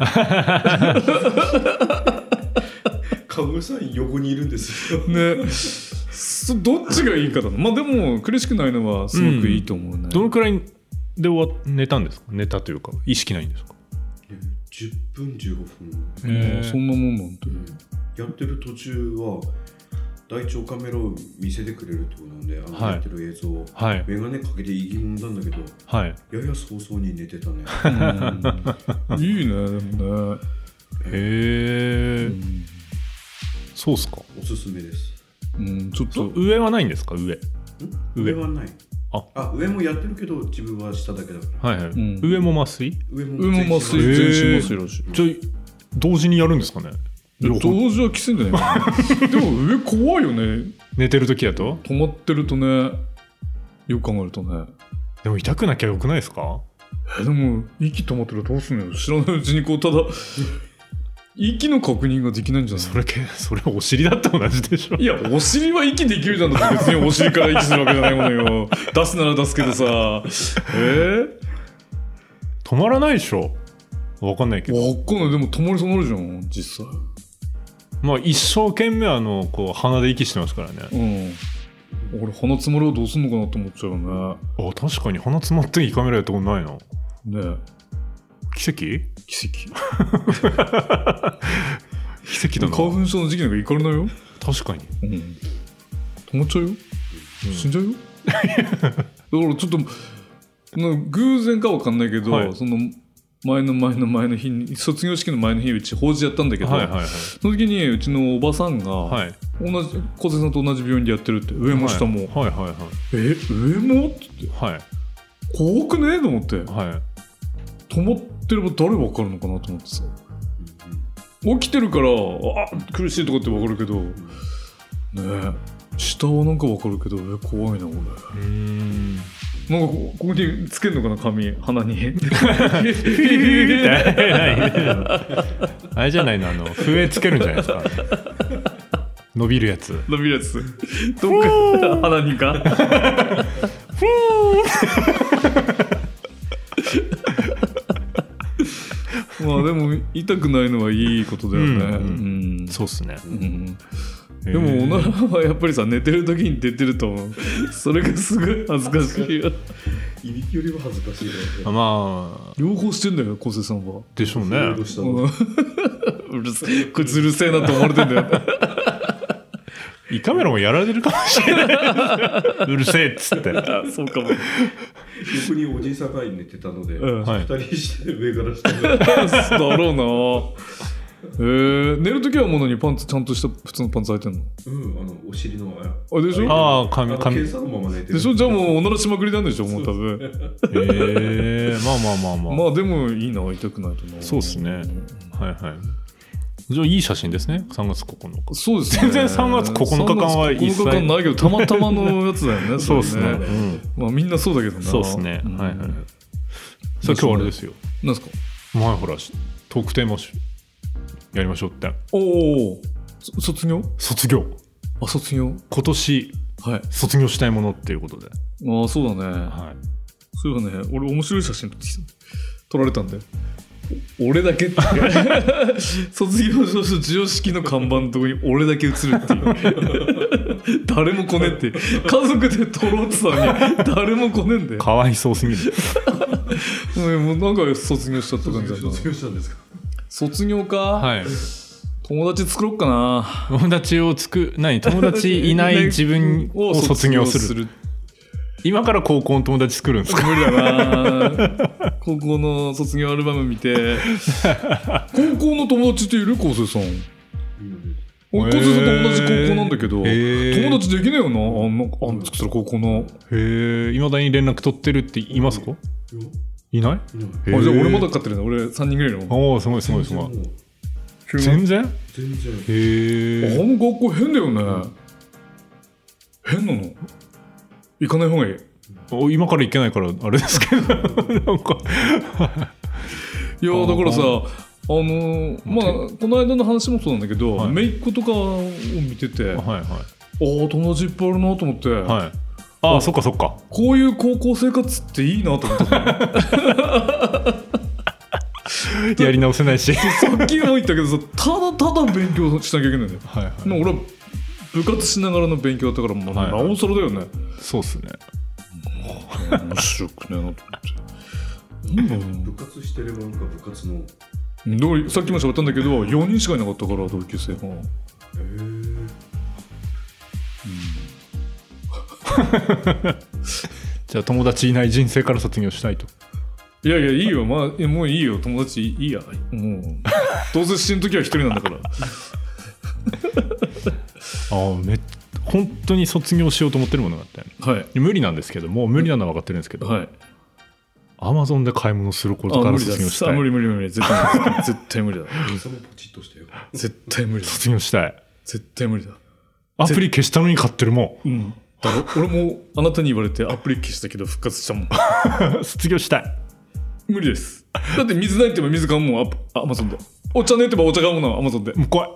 [SPEAKER 2] 籠さん横にいるんですよ
[SPEAKER 1] ね そどっちがいいかだなまあでも苦しくないのはすごくいいと思うね、
[SPEAKER 3] どのくらいで終わ寝たんですか寝たというか意識ないんですか
[SPEAKER 2] 10分15分
[SPEAKER 1] うんそんなもんなんて
[SPEAKER 2] やってる途中は大腸カメラを見せてくれるってことなんであの、
[SPEAKER 3] はい
[SPEAKER 2] やってる映像を
[SPEAKER 3] はい
[SPEAKER 2] メガネかけていぎもんだんだけど
[SPEAKER 3] はい
[SPEAKER 2] やや早々に寝て たね
[SPEAKER 1] うんいいねでもね、
[SPEAKER 3] へえそうっすか
[SPEAKER 2] おすすめです
[SPEAKER 1] うん、ちょっ
[SPEAKER 3] そ
[SPEAKER 1] と
[SPEAKER 3] 上はないんですか上
[SPEAKER 2] ん
[SPEAKER 3] 上
[SPEAKER 2] 上はない
[SPEAKER 3] あ
[SPEAKER 2] 上もやってるけど自分は下だけだから
[SPEAKER 3] はいはい、
[SPEAKER 1] ん
[SPEAKER 3] 上も麻酔
[SPEAKER 2] 上も
[SPEAKER 1] 上も麻
[SPEAKER 2] 全
[SPEAKER 1] 酔
[SPEAKER 2] 身
[SPEAKER 1] 全身麻酔らしい
[SPEAKER 3] じゃあ同時にやるんですかね両
[SPEAKER 1] 同
[SPEAKER 3] 方
[SPEAKER 1] 時はきついんじゃないか なでも上怖いよね
[SPEAKER 3] 寝てる時だと
[SPEAKER 1] 止まってるとねよく考えるとね
[SPEAKER 3] でも痛くなきゃよくないですか
[SPEAKER 1] えでも息止まってるらどうすんのよ知らないうちにこうただ息の確認ができないんじゃない
[SPEAKER 3] それけそれお尻だって同じでしょ
[SPEAKER 1] いや、お尻は息できるじゃんだって別にお尻から息するわけじゃないものよ。出すなら出すけどさ。え
[SPEAKER 3] 止まらないでしょわかんないけ
[SPEAKER 1] ー、
[SPEAKER 3] ど
[SPEAKER 1] わっかんない。でも止まりそうになるじゃん、実際。
[SPEAKER 3] まあ一生懸命あのこう鼻で息してますからね
[SPEAKER 1] うん。俺、鼻詰まりはどうすんのかなって思っちゃうよ
[SPEAKER 3] あ確かに鼻詰まっていいカメラやったことないな
[SPEAKER 1] ね。ね
[SPEAKER 3] 奇跡
[SPEAKER 1] 奇跡
[SPEAKER 3] 奇跡だな
[SPEAKER 1] 花粉症の時期なんか行かれないよ、
[SPEAKER 3] 確かに
[SPEAKER 1] うん、止まっちゃうよ、死んじゃうよだからちょっとな偶然かわかんないけど、
[SPEAKER 3] はい
[SPEAKER 1] その前の前の前の日に卒業式の前の日うち法事やったんだけど、
[SPEAKER 3] はいはいはい
[SPEAKER 1] その時にうちのおばさんが、
[SPEAKER 3] はい
[SPEAKER 1] 同じ小瀬さんと同じ病院でやってるって上も下も、
[SPEAKER 3] はいはいはい
[SPEAKER 1] え上もって言って
[SPEAKER 3] はい
[SPEAKER 1] 怖くねえと思って
[SPEAKER 3] はいはい
[SPEAKER 1] 止まってれば誰わかるのかなと思ってさ起きてるからあ苦しいとかってわかるけどねえ下はなんかわかるけど上怖いな俺なんか
[SPEAKER 3] うーん
[SPEAKER 1] ここにつけるのかな髪鼻に
[SPEAKER 3] あれじゃないのあの笛つけるんじゃないですか伸びるやつ
[SPEAKER 1] 伸びるやつどっか鼻にかまあでも痛くないのはいいことだよね、
[SPEAKER 3] うんうん
[SPEAKER 1] うん
[SPEAKER 3] そうっすね
[SPEAKER 1] うん
[SPEAKER 3] で
[SPEAKER 1] でもおならはやっぱりさ寝てる時に出てると思うそれがすごい恥ずかしいよ
[SPEAKER 4] いびきよりは恥ずかしいな。
[SPEAKER 3] まあ
[SPEAKER 1] 両方してんだよ昴生さんは
[SPEAKER 3] でしょう
[SPEAKER 4] フ
[SPEAKER 3] ね
[SPEAKER 4] ードしたの
[SPEAKER 1] うんうるせえこいつうるせえなと思われてんだよ
[SPEAKER 3] 胃カメラもやられてるかもしれない うるせえっつって
[SPEAKER 1] あ そうかも
[SPEAKER 4] 横におじいさんが寝てたので、
[SPEAKER 1] う
[SPEAKER 4] 二
[SPEAKER 1] ん
[SPEAKER 3] はい
[SPEAKER 4] 人して上から下まで。
[SPEAKER 1] だろうな えー、寝る時はもう何パンツちゃんとした普通のパンツ履いてんの
[SPEAKER 4] うん、あの、お尻の。
[SPEAKER 1] あでしょ
[SPEAKER 3] ああ
[SPEAKER 4] あ
[SPEAKER 3] 髪
[SPEAKER 4] の、
[SPEAKER 3] 髪
[SPEAKER 4] 検査
[SPEAKER 3] え
[SPEAKER 4] のまま寝てる。
[SPEAKER 1] でしょじゃあもうおならしまくりなんでしょもう多分
[SPEAKER 3] えまあまあまあまあ、
[SPEAKER 1] まあでもいいな痛くないとな
[SPEAKER 3] そうっすねはいはいじゃあいい写真ですね3月9日
[SPEAKER 1] そうですね
[SPEAKER 3] 全然3月9日間はいいっ
[SPEAKER 1] 3月9
[SPEAKER 3] すね
[SPEAKER 1] 日間ないけどたまたまのやつだよね
[SPEAKER 3] そうです
[SPEAKER 1] それ
[SPEAKER 3] ね、うん、
[SPEAKER 1] まあみんなそうだけどな
[SPEAKER 3] そうですね、
[SPEAKER 1] ん
[SPEAKER 3] はいはいはいさあ今日あれですよ
[SPEAKER 1] なんすか
[SPEAKER 3] 前ほらトークテーマしやりましょうって
[SPEAKER 1] おおそ卒業
[SPEAKER 3] 卒業
[SPEAKER 1] あ卒業
[SPEAKER 3] 今年
[SPEAKER 1] はい
[SPEAKER 3] 卒業したいものっていうことで、
[SPEAKER 1] ああそうだね
[SPEAKER 3] はい、
[SPEAKER 1] そういえばね俺面白い写真撮ってきた撮られたんだよお俺だけって 卒業証書授与式の看板のとこに俺だけ写るっていう 誰も来ねえっていう家族で撮ろうって言ったのに誰も来ねえんだよ
[SPEAKER 3] かわいそうすぎる
[SPEAKER 1] うんもうなんか卒業しちゃった感じだな
[SPEAKER 4] 卒業したんですか
[SPEAKER 1] 卒業か、
[SPEAKER 3] はい
[SPEAKER 1] 友達作ろっかな
[SPEAKER 3] 友達をつく何友達いない 自分を卒業 する
[SPEAKER 1] る
[SPEAKER 3] 今から高校の友達作るんですか
[SPEAKER 1] 無理だな高校の卒業アルバム見て高校の友達っている昴生さん俺昴生さんと同じ高校なんだけど、
[SPEAKER 3] へー
[SPEAKER 1] 友達できねえよなあんなあん作ったら高校の
[SPEAKER 3] へえいまだに連絡取ってるって言いますか
[SPEAKER 4] いや
[SPEAKER 3] いない
[SPEAKER 4] いない
[SPEAKER 1] あじゃあ俺まだ買ってるな俺3人ぐらいいるもん
[SPEAKER 3] おおすごいすごいす
[SPEAKER 4] も
[SPEAKER 3] ご
[SPEAKER 4] う
[SPEAKER 3] い
[SPEAKER 4] 全
[SPEAKER 3] 全然
[SPEAKER 4] 然。
[SPEAKER 1] あ
[SPEAKER 3] へえ
[SPEAKER 1] の学校変だよね変なの行かない方がいい
[SPEAKER 3] 今から行けないからあれです けどなんか
[SPEAKER 1] いやーだからさあ
[SPEAKER 3] あ
[SPEAKER 1] のーまあこの間の話もそうなんだけど、
[SPEAKER 3] はい
[SPEAKER 1] 姪っ子とかを見ててあ
[SPEAKER 3] はいはい
[SPEAKER 1] あー友達いっぱいあるなと思って、
[SPEAKER 3] はいああそっかそっか
[SPEAKER 1] こういう高校生活っていいなと思ったの
[SPEAKER 3] やり直せ ないし
[SPEAKER 1] さっきも言ったけどさただただ勉強しなきゃいけないんだよ
[SPEAKER 3] はいはい
[SPEAKER 1] まあ俺は部活しながらの勉強だったから、まあ
[SPEAKER 3] はいはい
[SPEAKER 1] なおさらだよね
[SPEAKER 3] そうっすね
[SPEAKER 1] 面白くねえなと思ってなんだろ
[SPEAKER 4] 部活してればなんか部活の。へ
[SPEAKER 1] うで俺さっきも喋ったんだけど4人しかいなかったから同級生が
[SPEAKER 4] え。
[SPEAKER 3] じゃあ友達いない人生から卒業したいと
[SPEAKER 1] いやいや、いいよ、まあ、えもういいよ、友達いいや、もう、どうせ死ぬ時は一人なんだから。
[SPEAKER 3] ああめっ本当に卒業しようと思ってるものがあったよね
[SPEAKER 1] はい、
[SPEAKER 3] 無理なんですけどもう無理なのは分かってるんですけど、
[SPEAKER 1] はい。
[SPEAKER 3] アマゾンで買い物することか
[SPEAKER 1] あ、
[SPEAKER 3] ら
[SPEAKER 1] 無理
[SPEAKER 3] 卒業し
[SPEAKER 1] だ。
[SPEAKER 3] た
[SPEAKER 1] あ、無
[SPEAKER 3] い
[SPEAKER 1] 理無理無理、絶対無理だ。絶対 無理だ。
[SPEAKER 4] そのポチッとしてよ。
[SPEAKER 1] 絶対無理だ。
[SPEAKER 3] 卒業したい
[SPEAKER 1] 絶対無理だ。
[SPEAKER 3] アプリ消したのに買ってるも
[SPEAKER 1] うん。だろ俺もあなたに言われてアプリ消したけど復活したもん。
[SPEAKER 3] ん 卒業したい
[SPEAKER 1] 無理です。だって水ないって言えば水買うもん、アプアマゾンで。お茶ねって言えばお茶買うもの、アマゾンで。
[SPEAKER 3] もう怖い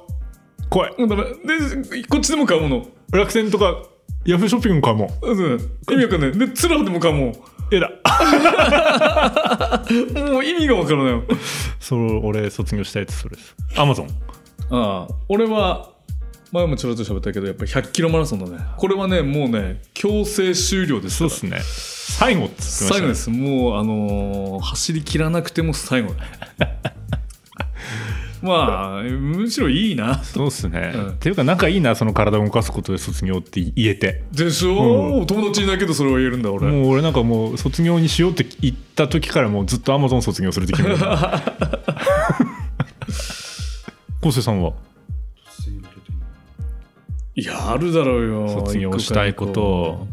[SPEAKER 3] 怖い
[SPEAKER 1] もうダメ。で、こっちでも買うもの。
[SPEAKER 3] 楽天とかヤフーショッピングも買うもん
[SPEAKER 1] うん。意味わかんない。で、ツラフでも買うもん。
[SPEAKER 3] えだ
[SPEAKER 1] もう意味がわからないよ。
[SPEAKER 3] それ俺卒業したやつそれですアマゾン
[SPEAKER 1] ああ俺は前もちょろっと喋ったけどやっぱ100キロマラソンだねこれはねもうね強制終了です
[SPEAKER 3] そ
[SPEAKER 1] か
[SPEAKER 3] う
[SPEAKER 1] ら
[SPEAKER 3] っすね最後っつってま
[SPEAKER 1] 最
[SPEAKER 3] した
[SPEAKER 1] 後で
[SPEAKER 3] ね
[SPEAKER 1] すもうあのー走り切らなくても最 後まあむしろいいな
[SPEAKER 3] そうですね、
[SPEAKER 1] うん
[SPEAKER 3] っていうか仲いいなその体を動かすことで卒業って言えて
[SPEAKER 1] でしょ、お友達いないけどそれは言えるんだ俺
[SPEAKER 3] もう俺なんかもう卒業にしようって言った時からもうずっとアマゾン卒業するって決めてた 昴生さんは
[SPEAKER 4] 突然言われても
[SPEAKER 1] いやあるだろうよ
[SPEAKER 3] 卒業したいことを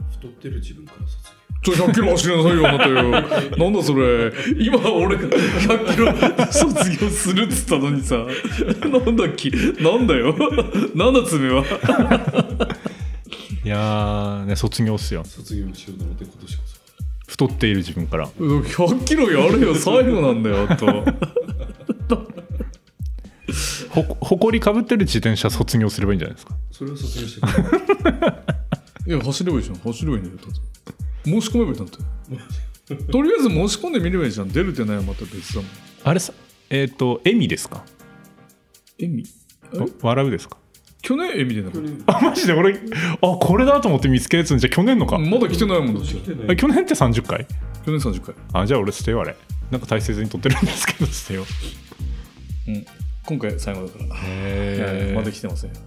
[SPEAKER 4] あ太ってる自分から卒
[SPEAKER 1] ちょ100キロ走りなさいよあなたよなんだそれ今俺100キロ卒業するっつったのにさなんだっけなんだよなんだ爪はい
[SPEAKER 3] やーね卒業っすよ
[SPEAKER 4] 業卒業しようと思って今年こそ
[SPEAKER 3] 太っている自分から
[SPEAKER 1] 100キロやれよ最後なんだよあと
[SPEAKER 3] ほ誇りかぶってる自転車卒業すればいいんじゃないですか
[SPEAKER 4] それは卒業してくれ
[SPEAKER 1] いや走ればいいじゃん走ればいいんだよだって申し込めばいいんだってとりあえず申し込んでみればいいじゃん出る出ないはまた別だもん
[SPEAKER 3] あれさえっ、と笑みですか
[SPEAKER 1] えみ
[SPEAKER 3] わ笑うですか
[SPEAKER 1] 去年えみでなかった
[SPEAKER 3] あマジで俺あこれだと思って見つけたやつじゃあ去年のか、
[SPEAKER 1] まだ来てないもんだって去
[SPEAKER 3] え去年って30回
[SPEAKER 1] 年30回
[SPEAKER 3] あじゃあ俺捨てようあれなんか大切に取ってるんですけど 捨てよう
[SPEAKER 1] うん今回最後だから
[SPEAKER 3] へ
[SPEAKER 1] ま
[SPEAKER 3] ま
[SPEAKER 1] だ
[SPEAKER 3] だ
[SPEAKER 1] 来てませんど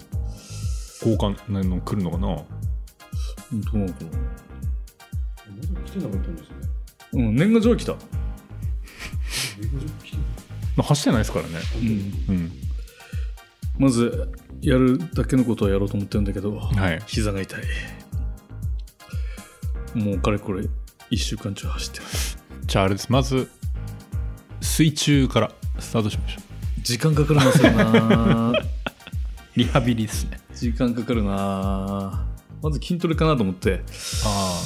[SPEAKER 3] 交換なの来るのかな
[SPEAKER 1] うなのかな
[SPEAKER 4] まだ来てなかったんですね
[SPEAKER 1] うん年賀状は来た
[SPEAKER 4] 英語上来てな
[SPEAKER 3] まあ走ってないですからね
[SPEAKER 1] うん
[SPEAKER 3] うん
[SPEAKER 1] まずやるだけのことはやろうと思ってるんだけど、
[SPEAKER 3] はい
[SPEAKER 1] 膝が痛いもうかれこれ1週間中走ってる
[SPEAKER 3] じゃああれですまず水中からスタートしましょう
[SPEAKER 1] 時間かかるなそれな
[SPEAKER 3] リハビリですね
[SPEAKER 1] 時間かかるなまず筋トレかなと思って
[SPEAKER 3] あ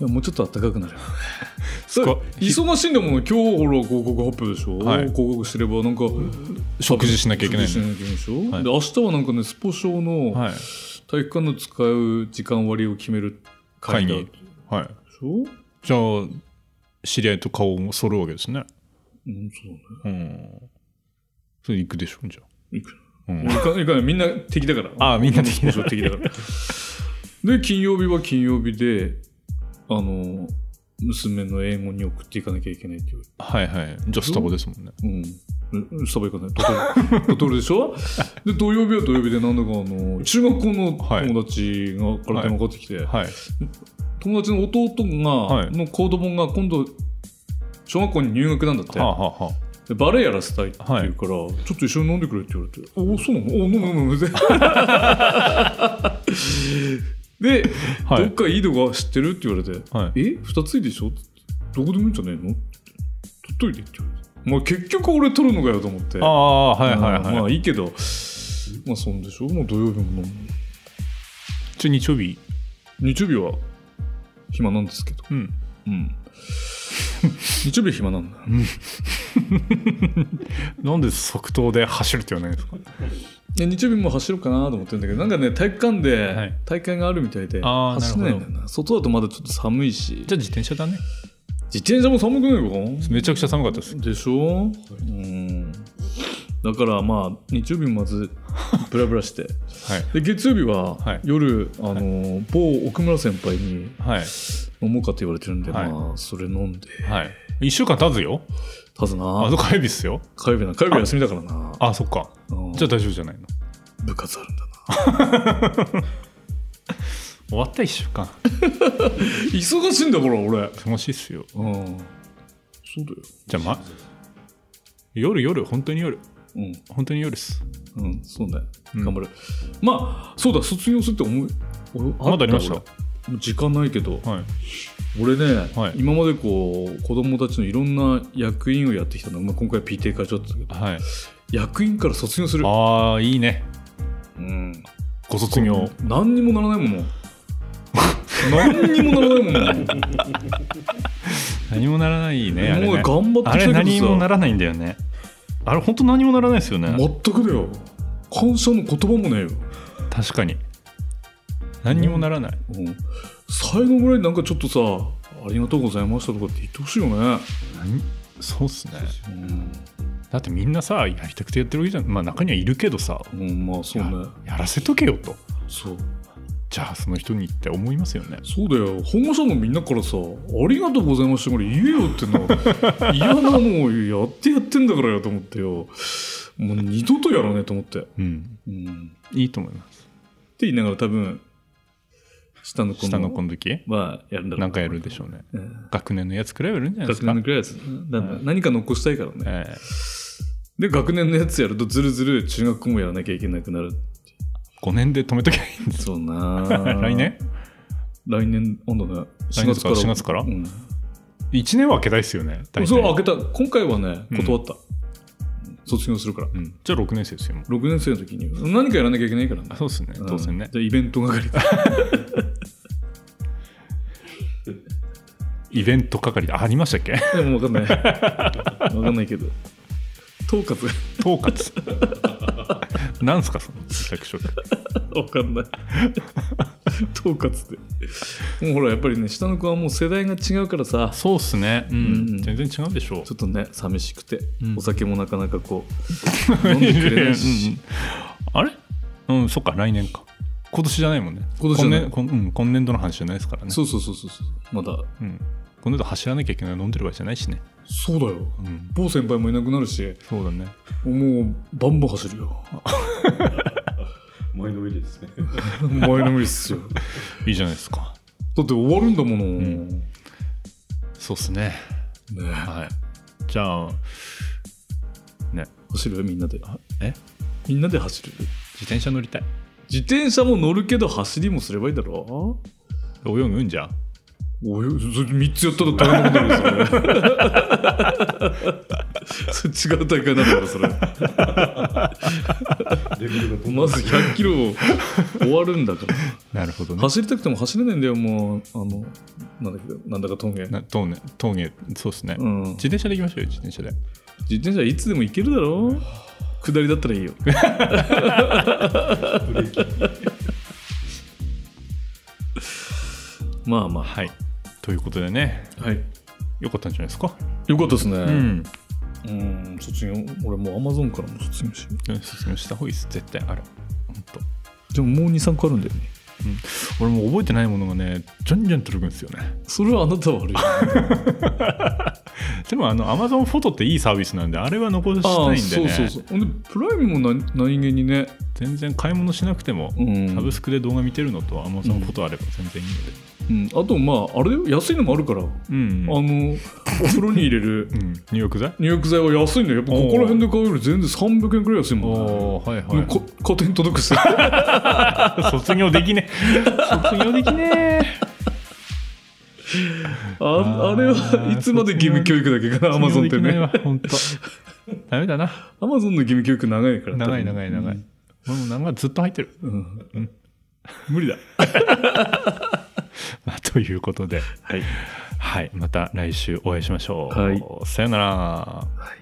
[SPEAKER 1] いやもうちょっと暖かくなる
[SPEAKER 3] ごい
[SPEAKER 1] だって忙しいんだもん今日ほら広告発表でしょ、
[SPEAKER 3] はい
[SPEAKER 1] 広告してればなんか
[SPEAKER 3] 食事しなきゃいけない
[SPEAKER 1] 食事しなきゃいけないでしょ、
[SPEAKER 3] はい
[SPEAKER 1] で明日はなんかねスポ少の
[SPEAKER 3] あはい
[SPEAKER 1] 体育館の使う時間割を決める
[SPEAKER 3] 会
[SPEAKER 1] 会議
[SPEAKER 3] 議はい
[SPEAKER 1] でしょ
[SPEAKER 3] じゃあ知り合いと顔を揃うわけですね
[SPEAKER 1] うん、そうね。
[SPEAKER 3] うんそれ行くでしょじゃ
[SPEAKER 1] 行く。
[SPEAKER 3] あ、うん
[SPEAKER 1] 行かない、行かない。みんな敵だから。
[SPEAKER 3] ああみんなできない
[SPEAKER 1] そう、敵だから。 で、金曜日は金曜日で、あの、娘の英語に送っていかなきゃいけないっていう。
[SPEAKER 3] はいはいじゃあスタバですもんね
[SPEAKER 1] うん。えスタバ行かない。ドトール、ドトールでし ょで、土曜日は土曜日で、なんだかあの、中学校の友達がから電話かかってきて、
[SPEAKER 3] はい
[SPEAKER 1] 友達の弟が、
[SPEAKER 3] はい
[SPEAKER 1] のコード本が今度、小学校に入学なんだって。
[SPEAKER 3] はあはあは
[SPEAKER 1] でバレエやらせたいって言うから、ちょっと一緒に飲んでくれって言われて、おお、そうなのお飲む 飲む飲む。で、で
[SPEAKER 3] はい
[SPEAKER 1] どっかいいとこ知ってるって言われて、
[SPEAKER 3] あはい
[SPEAKER 1] え二ついいでしょどこでもいいんじゃねえの取っといてって言われて。まあ結局俺取るのかよと思って。
[SPEAKER 3] ああはいはい
[SPEAKER 1] うんま
[SPEAKER 3] は
[SPEAKER 1] あ
[SPEAKER 3] い
[SPEAKER 1] いいけど、まあそんでしょもう土曜日も飲む。
[SPEAKER 3] じゃあ日曜日
[SPEAKER 1] 日曜日は暇なんですけど。
[SPEAKER 3] うん
[SPEAKER 1] うん。日曜日暇なんだ。
[SPEAKER 3] なんで即答で走るって言わないんですか
[SPEAKER 1] で日曜日も走ろうかなと思ってるんだけどなんかね体育館
[SPEAKER 3] は
[SPEAKER 1] で
[SPEAKER 3] い
[SPEAKER 1] 大会があるみたいで
[SPEAKER 3] あー
[SPEAKER 1] 走れないんだよな外だとまだちょっと寒いし
[SPEAKER 3] ゃあ自転車だね
[SPEAKER 1] 自転車も寒くないか
[SPEAKER 3] めちゃくちゃ寒かったです
[SPEAKER 1] でしょ、うんだからまあ日曜日まずブラブラして
[SPEAKER 3] は
[SPEAKER 1] で
[SPEAKER 3] い
[SPEAKER 1] 月曜日は
[SPEAKER 3] はい
[SPEAKER 1] 夜、あのー某奥村先輩に
[SPEAKER 3] はい
[SPEAKER 1] 飲もうかって言われてるんで、
[SPEAKER 3] はい
[SPEAKER 1] まあそれ飲んで
[SPEAKER 3] はい1週間経つよ
[SPEAKER 1] ただな
[SPEAKER 3] あと火曜日っすよ
[SPEAKER 1] 火曜日な火曜日休みだからな
[SPEAKER 3] あそっか
[SPEAKER 1] うん
[SPEAKER 3] じゃあ大丈夫じゃないの
[SPEAKER 1] 部活あるんだな
[SPEAKER 3] 終わった1週間
[SPEAKER 1] 忙しいんだから俺
[SPEAKER 3] 楽しいっすよ
[SPEAKER 1] うんそうだよ
[SPEAKER 3] じゃあま夜夜本当に夜
[SPEAKER 1] うん
[SPEAKER 3] 本当に夜っす
[SPEAKER 1] うん、そうね。
[SPEAKER 3] うん
[SPEAKER 1] 頑張る。まあ、そうだ、卒業するって思い、お
[SPEAKER 3] まだありまし。
[SPEAKER 1] った俺もう時間ないけど、
[SPEAKER 3] はい
[SPEAKER 1] 俺ね、
[SPEAKER 3] はい
[SPEAKER 1] 今までこう、子供たちのいろんな役員をやってきたの、まあ、今回 PTA 会長だったけど、
[SPEAKER 3] はい
[SPEAKER 1] 役員から卒業する。
[SPEAKER 3] ああいいね
[SPEAKER 1] うん。
[SPEAKER 3] ご卒業
[SPEAKER 1] 何にもならないも の。何にもならないもの。
[SPEAKER 3] 何もならないねあれ
[SPEAKER 1] もう
[SPEAKER 3] ね
[SPEAKER 1] 頑張っ
[SPEAKER 3] あ
[SPEAKER 1] てき
[SPEAKER 3] れ
[SPEAKER 1] たけ
[SPEAKER 3] 何も
[SPEAKER 1] ど
[SPEAKER 3] な
[SPEAKER 1] さ、
[SPEAKER 3] らないんだよねあれ本当何もならないですよね
[SPEAKER 1] 全くだよ。感謝の言葉もねえよ。
[SPEAKER 3] 確かに何にもならない
[SPEAKER 1] うん、最後ぐらいになんかちょっとさ、ありがとうございましたとかって言ってほしいよね。
[SPEAKER 3] 何そうっすね
[SPEAKER 1] うん
[SPEAKER 3] だってみんなさやりたくてやってるわけじゃんまあ中にはいるけどさ
[SPEAKER 1] うん、まあそうね。
[SPEAKER 3] やらせとけよと
[SPEAKER 1] そう。
[SPEAKER 3] じゃあその人にって思いますよね
[SPEAKER 1] そうだよ保護者のみんなからさ「ありがとうございました」これ言えよってな 嫌なもんやってやってんだからよと思ってよもう二度とやらねえと思って、
[SPEAKER 3] うん
[SPEAKER 1] うん、って
[SPEAKER 3] いいと思います
[SPEAKER 1] 言いながら多分下の子
[SPEAKER 3] 下の子
[SPEAKER 1] の
[SPEAKER 3] の時
[SPEAKER 1] はやるんだろう
[SPEAKER 3] なんかやるでしょうね
[SPEAKER 1] えー
[SPEAKER 3] 学年のやつくらいはやるんじゃないです
[SPEAKER 1] 学
[SPEAKER 3] か
[SPEAKER 1] 年のくらいやつだから何か残したいからね
[SPEAKER 3] え
[SPEAKER 1] で学年のやつやるとずるずる中学校もやらなきゃいけなくなる
[SPEAKER 3] え5年で止めときゃいいんです
[SPEAKER 1] そう なー
[SPEAKER 3] 来年
[SPEAKER 1] 来年今度ね
[SPEAKER 3] 来
[SPEAKER 1] 4
[SPEAKER 3] 年
[SPEAKER 1] 月か
[SPEAKER 3] とから4月から
[SPEAKER 1] うん
[SPEAKER 3] 1年は空けたいですよね大体
[SPEAKER 1] そう開けた今回はね
[SPEAKER 3] うん
[SPEAKER 1] 断った、卒業するから
[SPEAKER 3] うんじゃあ6年生ですよもう
[SPEAKER 1] 6年生の時に何かやらなきゃいけないからね
[SPEAKER 3] あそうですね
[SPEAKER 1] うん
[SPEAKER 3] 当然ね
[SPEAKER 1] じゃあイベント 係だ
[SPEAKER 3] イベント係あありましたっけ
[SPEAKER 1] でも分かんない分かんないけど統括
[SPEAKER 3] 統 括なんすかその役職
[SPEAKER 1] 分かんない統括ってもうほらやっぱりね下の子はもう世代が違うからさ
[SPEAKER 3] そうっすねうん、
[SPEAKER 1] うん
[SPEAKER 3] 全然違うでしょう
[SPEAKER 1] ちょっとね寂しくて、
[SPEAKER 3] うん
[SPEAKER 1] お酒もなかなかこ う飲んでくれないし、
[SPEAKER 3] うんあれうんそっか来年か今年じゃないもんね
[SPEAKER 1] 今年じゃない
[SPEAKER 3] 年今うん、今年度の話じゃないですからね
[SPEAKER 1] そうそうそうそうそうまだ
[SPEAKER 3] うん、今年度走らなきゃいけない飲んでる場合じゃないしね
[SPEAKER 1] そうだよ
[SPEAKER 3] うん
[SPEAKER 1] 某先輩もいなくなるし
[SPEAKER 3] そうだね
[SPEAKER 1] もうバンバン走るよ
[SPEAKER 4] 前のめりですね。
[SPEAKER 1] お前の無理っすよだ
[SPEAKER 3] いいじゃないですか
[SPEAKER 1] って終わるんだもの、
[SPEAKER 3] ん
[SPEAKER 1] ね
[SPEAKER 3] そうっすねはいじゃあね
[SPEAKER 1] 走るよみんなで
[SPEAKER 3] え
[SPEAKER 1] みんなで走る
[SPEAKER 3] 自転車乗りたい
[SPEAKER 1] 自転車も乗るけど走りもすればいいだろ
[SPEAKER 3] 泳ぐんじゃん
[SPEAKER 1] おいそ3つやったら大変なことになる それそれ違う大会なんだからそれ
[SPEAKER 4] レベルがどんどん
[SPEAKER 1] まず100キロ終わるんだから
[SPEAKER 3] なるほどね
[SPEAKER 1] 走りたくても走れないんだよもうあのなんだっけなんだか峠、
[SPEAKER 3] な峠峠そうっすね、
[SPEAKER 1] うん、
[SPEAKER 3] 自
[SPEAKER 1] 自
[SPEAKER 3] 転車で行きましょうよ自転車で
[SPEAKER 1] 自転車はいつでも行けるだろ下りだったらいいよ
[SPEAKER 4] ブレーキ。
[SPEAKER 1] まあま
[SPEAKER 3] はいということでね
[SPEAKER 1] あはい
[SPEAKER 3] よかったんじゃないですか
[SPEAKER 1] よかったですね
[SPEAKER 3] う
[SPEAKER 1] うん卒業俺もうアマゾンからも卒業し
[SPEAKER 3] 卒業した方がいいです絶対あるほんと
[SPEAKER 1] でももう23個あるんだよね
[SPEAKER 3] 俺もう覚えてないものがねじゃんじゃん届くんですよね
[SPEAKER 1] それはあなたは悪いあ
[SPEAKER 3] でもあの Amazon フォトっていいサービスなんであれは残したいんでね
[SPEAKER 1] そうそうそうほんでプライムもな何気にね
[SPEAKER 3] 全然買い物しなくても、
[SPEAKER 1] うん
[SPEAKER 3] サブスクで動画見てるのと Amazon フォトあれば全然いいので
[SPEAKER 1] うん、あとまああれだよ安いのもあるから、
[SPEAKER 3] うん、
[SPEAKER 1] あのお風呂に入れる
[SPEAKER 3] うん入浴剤
[SPEAKER 1] 入浴剤は安いんだよやっぱここら辺で買うより全然300円くらい安いもんね
[SPEAKER 3] おーはい
[SPEAKER 1] もうこ家庭に届くしは
[SPEAKER 3] はい 卒業できねえ卒業できね
[SPEAKER 1] ああれはいつまで義務教育だっけか
[SPEAKER 3] え
[SPEAKER 1] なアマゾンってね
[SPEAKER 3] 本当ダメだな
[SPEAKER 1] アマゾンの義務教育長いから
[SPEAKER 3] 長い長い長い、俺も長いずっと入ってる、
[SPEAKER 1] うん無理だ
[SPEAKER 3] まあということで
[SPEAKER 1] はい
[SPEAKER 3] はいまた来週お会いしましょう、
[SPEAKER 1] はい
[SPEAKER 3] さよなら
[SPEAKER 1] はい